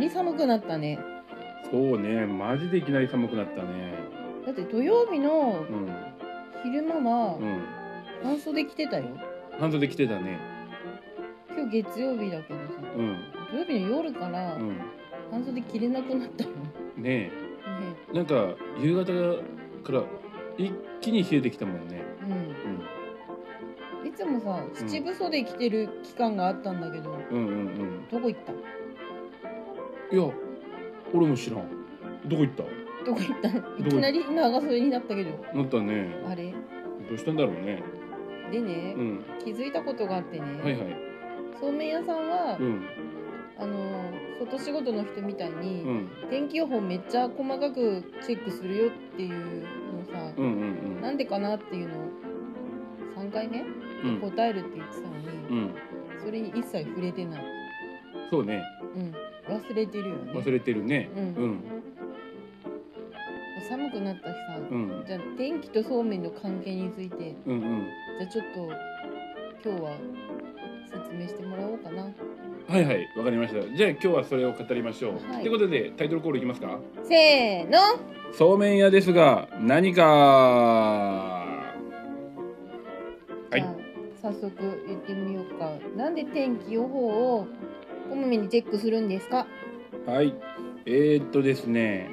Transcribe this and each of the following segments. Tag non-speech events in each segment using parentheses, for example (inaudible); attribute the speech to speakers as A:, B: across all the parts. A: り寒くなったね
B: そうねマジでいきなり寒くなったね
A: だって土曜日の
B: うん
A: 昼間は
B: うん
A: 半袖着てたよ
B: 半袖着てたね
A: 今日月曜日だけどさ
B: うん
A: 土曜日の夜から
B: うん
A: 半袖着れなくなったよね
B: ねえなんか夕方から一気に冷えてきたもんね
A: うん
B: うん
A: いつもさ七分袖着てる期間があったんだけど
B: うんうん
A: どこ行った
B: うんいや俺も知らんどこ行った
A: どこ行ったいきなり長袖になったけど
B: なったね
A: あれ
B: どうしたんだろうね
A: でね
B: う、ん
A: 気づいたことがあってね、
B: はいはい
A: そうめん屋さんは、
B: うん
A: あの外仕事の人みたいに、
B: うん
A: 天気予報めっちゃ細かくチェックするよっていうのさ、
B: うんうん
A: なんでかなっていうのを3回目
B: うんうん
A: 答えるって言ってたのに、
B: うん
A: それに一切触れてない、
B: そうね
A: うん、忘れてるよね
B: 忘れてるね
A: うん
B: うん
A: 寒くなったしさ、
B: うん
A: じゃあ天気とそうめんの関係について
B: うんうん
A: じゃあちょっと今日は説明してもらおうかな
B: はいはいわかりましたじゃあ今日はそれを語りましょうと、
A: はい
B: い、うことでタイトルコールいきますか
A: せーの
B: そうめん屋ですが何か
A: じ
B: は
A: ゃ
B: い
A: あ早速言ってみようかなんで天気予報をこまめにチェックするんですか
B: はいえー、っとですね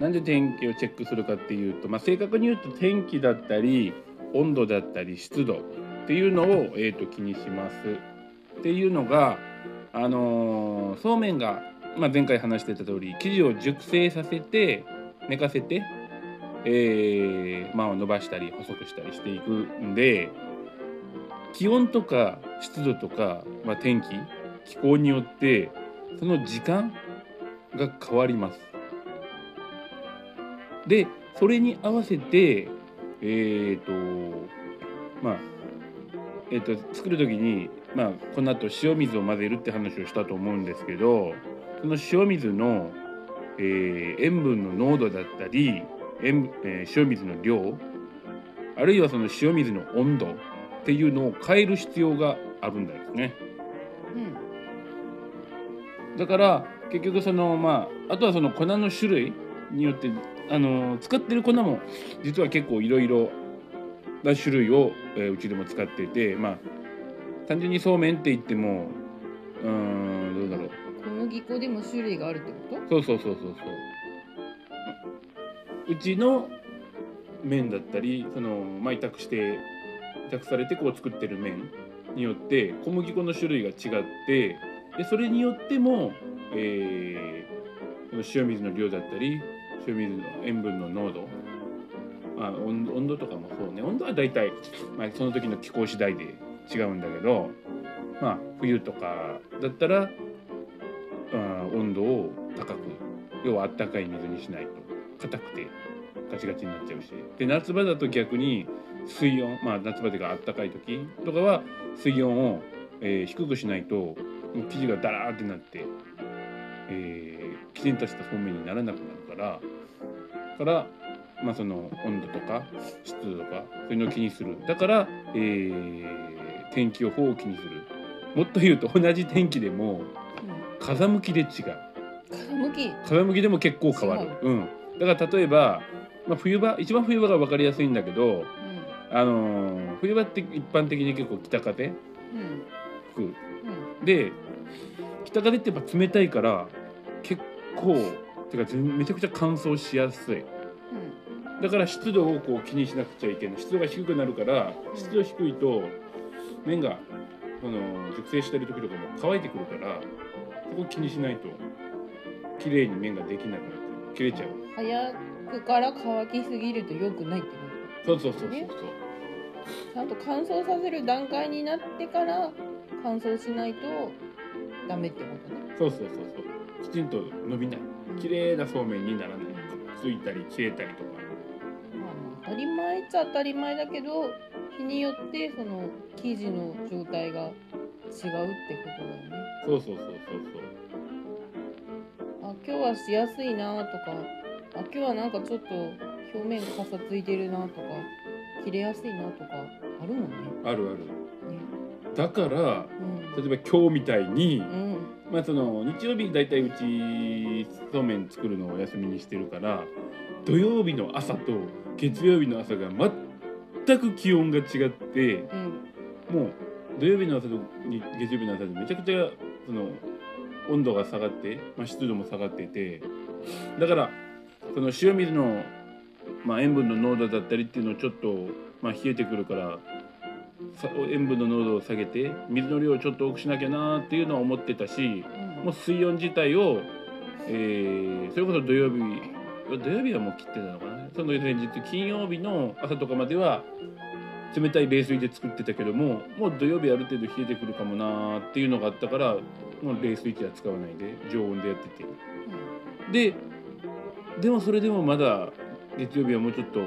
B: なんで天気をチェックするかっていうと、まあ、正確に言うと天気だったり温度だったり湿度っていうのを、えー、と気にしますっていうのがあのーそうめんが、まあ、前回話してた通り生地を熟成させて寝かせて、えーまあ、伸ばしたり細くしたりしていくんで気温とか湿度とか、まあ、天気気候によってその時間が変わります。でそれに合わせてえっ、とまあえっ、と作る時に、まあ、この後塩水を混ぜるって話をしたと思うんですけどその塩水の、えー塩分の濃度だったり塩,、えー塩水の量あるいはその塩水の温度っていうのを変える必要があるんですね。
A: うん
B: だから結局そのまああとはその粉の種類によってあの使ってる粉も実は結構いろいろな種類を、えーうちでも使っていてまあ単純にそうめんって言ってもうーんどうだろう
A: 小麦粉でも種類があるってこ
B: そうそうそうそうそううちの麺だったりその、まあ、委託して委託されてこう作ってる麺によって小麦粉の種類が違ってでそれによっても、えーこの塩水の量だったり塩水の塩分の濃度、まあ、温度温度とかもそうね温度は大体、まあ、その時の気候次第で違うんだけど、まあ、冬とかだったらあー温度を高く要はあったかい水にしないと硬くてガチガチになっちゃうしで夏場だと逆に水温まあ夏場というかあったかい時とかは水温を、えー低くしないともう生地がダラーってなって、えーきちんとしたそうめんにならなくなるからから、まあ、その温度とか湿度とかそういうのを気にするだから、えー天気予報を気にするもっと言うと同じ天気で
A: と、
B: も
A: うん、
B: 風向きで違う
A: 風向き
B: 風向きでも結構変わるうん、だから例えば、まあ、冬場一番冬場が分かりやすいんだけど、あのー冬場って一般的に結構北風
A: うんうん
B: 吹
A: うん
B: くで北風ってやっぱ冷たいから結構てか全めちゃくちゃ乾燥しやすいだから湿度をこう気にしなくちゃいけない湿度が低くなるから
A: うん
B: 湿度低いと麺がその熟成してる時とかも乾いてくるからそこ気にしないと綺麗に麺ができなくなっちゃう切れちゃう
A: うん早くから乾きすぎると良くないってこ
B: そうそうそうそう
A: ね
B: そ
A: と
B: う
A: ちゃんと乾燥させる段階になってから乾燥しないとダメってことね
B: そうそうそうそうきちんと伸びない
A: うん
B: 綺麗なそうめんにならないついたり切れたりとか
A: まあまあ当たり前っちゃ当たり前だけど日によってその生地の状態が違うってことだよね
B: そうそうそうそう
A: あ今日はしやすいなとかあ今日はなんかちょっと表面がかさついてるなとか切れやすいなとかあるもんね。ね
B: そうあるあるだから
A: う
B: 例えば今日みたいに
A: ん、うん、
B: まあその日曜日大体うちそうめん作るのをお休みにしてるから土曜日の朝と月曜日の朝が全く気温が違って
A: うん
B: もう土曜日の朝とに月曜日の朝でめちゃくちゃその温度が下がって、まあ、湿度も下がっててだからその塩水の、まあ、塩分の濃度だったりっていうのをちょっと、まあ、冷えてくるからさ塩分の濃度を下げて水の量をちょっと多くしなきゃなーっていうのは思ってたし
A: うん
B: もう水温自体を、えーそれこそ土曜日土曜日はもう切ってたのかなその前日金曜日の朝とかまでは冷たい冷水で作ってたけどももう土曜日ある程度冷えてくるかもなーっていうのがあったからもう冷水器は使わないで常温でやっててででもそれでもまだ月曜日はもうちょっと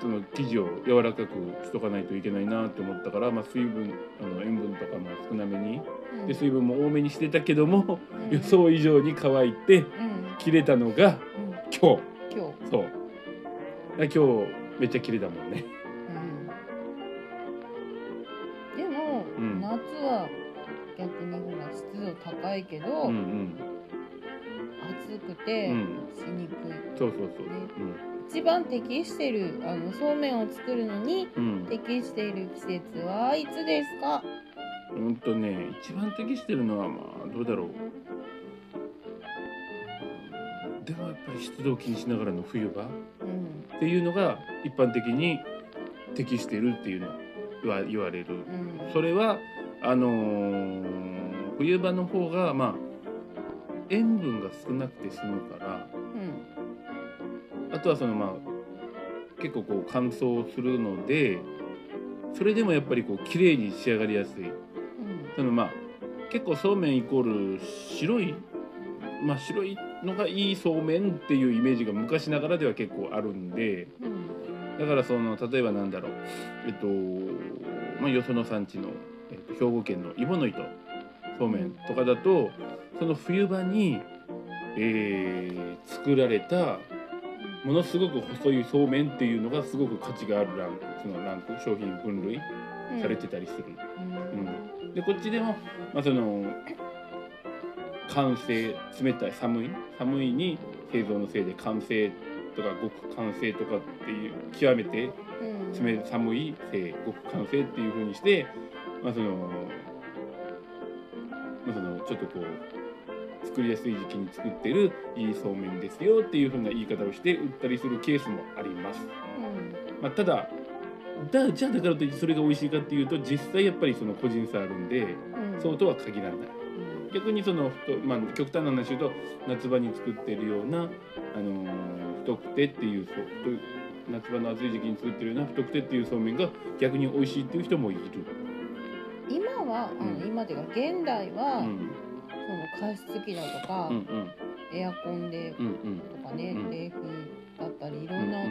B: その生地を柔らかくしとかないといけないなって思ったから、まあ、水分あの塩分とかも少なめに
A: うん
B: で水分も多めにしてたけども
A: うん
B: 予想以上に乾いて
A: うんうん
B: 切れたのが今日
A: 今日うん
B: そうだから今日めっちゃ切れたもんね
A: でも、
B: うん
A: 夏は逆にほら湿度高いけど、
B: うん
A: 暑く
B: う
A: て
B: んうん
A: しにくい、
B: そうそうそう
A: 一番適しているあのそうめんを作るのに
B: うん
A: 適している季節はいつですか
B: うんうんとね一番適してるのはまあどうだろうでもやっぱり湿度を気にしながらの冬場
A: うん
B: っていうのが一般的に適してるっていうのは言われる
A: うん
B: それはあのー冬場の方がまあ塩分が少なくて済むから
A: うん
B: あとはそのまあ結構こう乾燥するのでそれでもやっぱりこう綺麗に仕上がりやすい
A: うん
B: そのまあ結構そうめんイコール白いまあ白いのがいいそうめんっていうイメージが昔ながらでは結構あるんで
A: うん
B: だからその例えばなんだろうえっと、まあ、よその産地の、えっと、兵庫県の揖保の糸そうめんとかだとその冬場に、えー作られたものすごく細いそうめんっていうのがすごく価値があるランクそのランク商品分類されてたりする。
A: うん
B: でこっちでも、まあ、その完成冷たい寒い寒いに製造のせいで完成とか極完成とかっていう極めて
A: うん
B: 冷寒い性極完成っていう風にして、まあそのまあ、そのちょっとこう作りやすい時期に作ってるいいそうめんですよっていう風な言い方をして売ったりするケースもあります。まあ、ただだじゃあだからといってそれが美味しいかっていうと実際やっぱりその個人差あるんで
A: うん
B: そうとは限らない
A: うん
B: 逆にその太、まあ、極端な話言うと夏場に作ってるような、あのー太くてっていうそう太い夏場の暑い時期に作ってるような太くてっていうそうめんが逆に美味しいっていう人もいる、
A: 今はあの
B: うん
A: 今でが現代
B: う
A: は、
B: ん、
A: その加湿器だとか、
B: うんうん
A: エアコンで
B: うんうん
A: とかね、
B: うん
A: 冷風だったりいろ
B: うんうんん
A: な機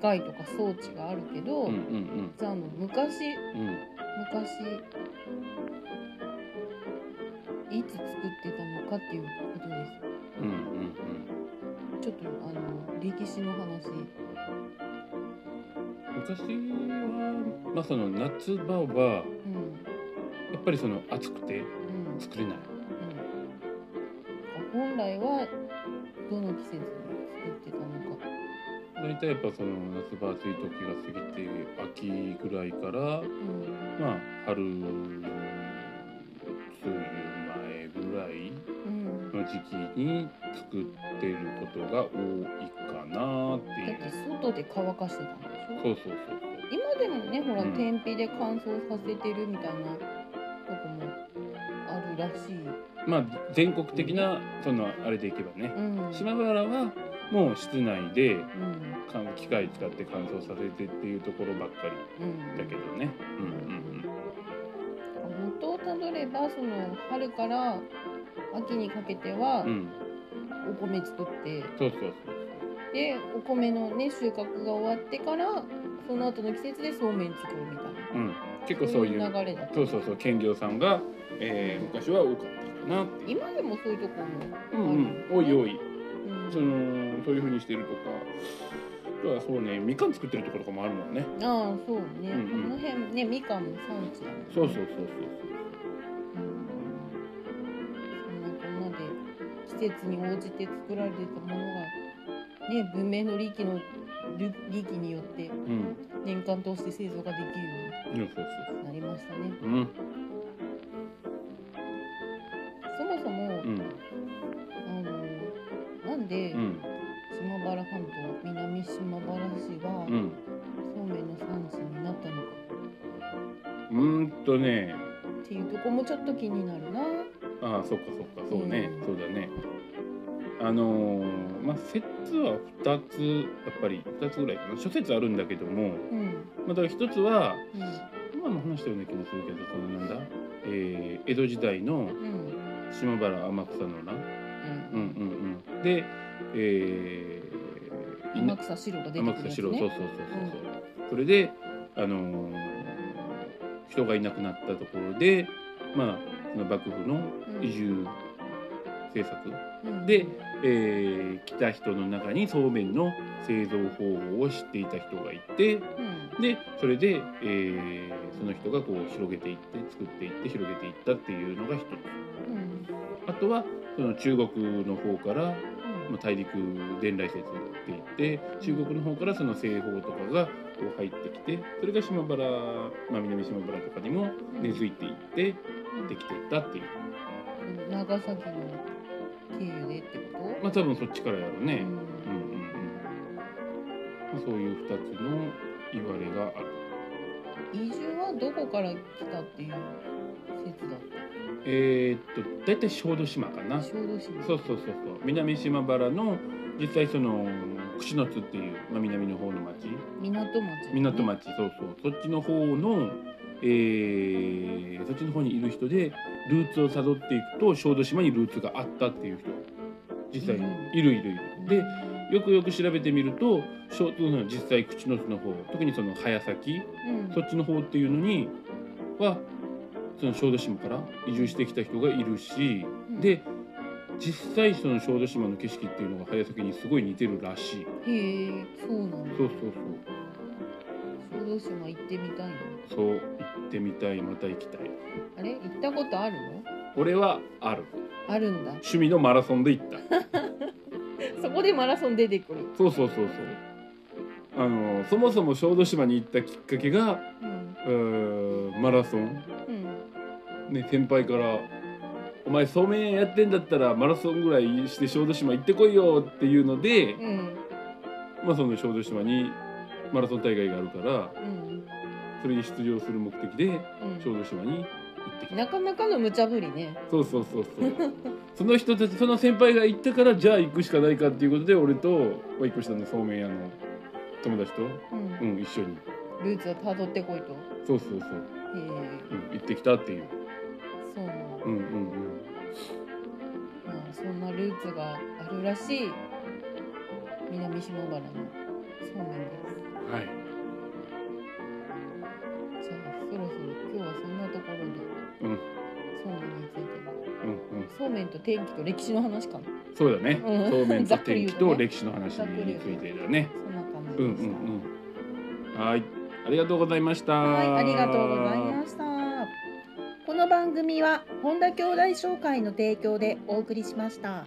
A: 械とか装置があるけど、
B: うんうん
A: じゃああの昔
B: うん
A: 昔いつ作ってたのかっていうことで
B: うんうん
A: すちょっとあの歴史の話
B: 昔は、まあ、その夏場は
A: うん
B: やっぱりその暑くて
A: うんうん
B: 作れない
A: 本来はどの季節に作ってたのか
B: 大体やっぱその夏場暑い時が過ぎて秋ぐらいから
A: うん
B: まあ春梅雨前ぐらい
A: うんだ
B: の時期に作ってることが多いかなってい
A: って
B: う
A: 外で乾かしてたんでしょ
B: そうそう
A: 今でもねほら、
B: うん
A: 天日で乾燥させてるみたいなとこもあるらしい、
B: そうまあ全国的なそのあれでいけばね
A: うん、
B: 島原はもう室内で
A: うん
B: か機械使って乾燥させてっていうところばっかり
A: うん
B: だけどねうん
A: 元をたどればその春から秋にかけては
B: うんうんうん
A: お米作って、
B: そうそうそう
A: でお米のね収穫が終わってからその後の季節でそうめん作るみたい
B: うん結構
A: な
B: そういう
A: 流れだった
B: そうそうそう兼業さんが、えー昔は多かったかなっていう
A: 今でもそういうとこも、
B: うんうん多い多い
A: うん、
B: そのそういうふうにしてるとかあとはそうねみかん作ってるところとかもあるもんね
A: ああそうね、
B: うんうん
A: この辺ねみかんの産地だもんね
B: そうそうそうそう
A: うん季節に応じて作られてたものが、ね、文明の利器の利利器によって
B: うん
A: 年間通して製造ができるよ
B: そうそう
A: うになりましたね。
B: そううん
A: そもそも、
B: うん
A: あのなんで
B: うん
A: 島原半島南島原市が
B: うん
A: そうめんの産地になったのか
B: うーんとね
A: っていうとこもちょっと気になるな。
B: ああそっかそっかそうね、
A: うん
B: そうだねあのーまあ説は2つやっぱり2つぐらいかな諸説あるんだけども
A: うん
B: まあだから1つは
A: う
B: 今も話したような気もするけどそのなんだ、えー江戸時代の
A: んうん
B: 島原天草の乱うんうんうんでえー、
A: 天草白が出てくる
B: 天
A: やつ
B: 草
A: ね。
B: 四郎、そうそうそうそうそう、それであのー人がいなくなったところでまあその幕府の移住政策、
A: うん
B: で、えー来た人の中にそうめんの製造方法を知っていた人がいて
A: うん
B: でそれで、えーその人がこう広げていって作っていって広げていったっていうのが一つ
A: うん
B: あとはその中国の方から
A: うん
B: まあ、大陸伝来説って言って中国の方からその製法とかがこう入ってきてそれが島原、まあ、南島原とかにも根付いていって
A: うん
B: できていったっていう
A: 長崎の経由でってこと、
B: まあ多分そっちからやろう
A: う
B: ね、
A: ん
B: うんうんうんまあ、そういう2つの言われがある、
A: 移住はどこから来たっていう説だっ
B: えー、っと大体小豆島か
A: た
B: なそ
A: 小豆島
B: うそうそうそう南島原の実際その串の津っていう、まあ、南の方の町
A: 港町、
B: 港町そうそうそっちの方の、えーそっちの方にいる人でルーツを辿っていくと小豆島にルーツがあったっていう人実際にいるいるいるでよくよく調べてみると小その実際口の巣の方特にその早崎
A: うん、
B: そっちの方っていうのにはその小豆島から移住してきた人がいるし
A: うん
B: で実際その小豆島の景色っていうのが早崎にすごい似てるらしい
A: へえそうなんだ
B: そうそうそう
A: 小豆島行ってみたいの
B: そう行ってみたいまた行きたい
A: あれ行ったことあるの
B: 俺はある
A: あるんだ
B: 趣味のマラソンで行った
A: そこでマラソン出てくる、
B: そうそうそうそうあのそもそも小豆島に行ったきっかけが
A: うん
B: うーんマラソン
A: うん、
B: ね先輩から「お前そうめんやってんだったらマラソンぐらいして小豆島行ってこいよ」っていうので、
A: うん
B: まあその小豆島にマラソン大会があるから
A: うん
B: それに出場する目的で小
A: う
B: 豆島に行ってき
A: ん、
B: た
A: なかなかの無茶ぶりね
B: そうそうそうそうその人たちその先輩が行ったからじゃあ行くしかないかっていうことで俺とまあ一個下のそうめん屋の友達と
A: うん
B: うん、一緒に。
A: ルーツをたどってこいとへ
B: そうそうそう。
A: え
B: うん、行ってきたっていう。
A: そうなんだ
B: うんうん
A: まあ、そんなルーツがあるらしい南島原のそうめんで
B: うん。はい。
A: すじゃあそろそろ今日はそんなところで、
B: うん
A: そうめんについての
B: うんうん。
A: そうめんと天気と歴史の話かな
B: そうだね。
A: うん
B: そうめん
A: (laughs) ざ
B: と
A: っくり言
B: 天
A: う
B: 気
A: とね
B: と歴史の話についてだね。
A: そんな感じ
B: うん
A: でした、
B: うんうん。はい。ありがとうございました。
A: はいありがとうございましたこの番組は本田兄弟紹介の提供でお送りしました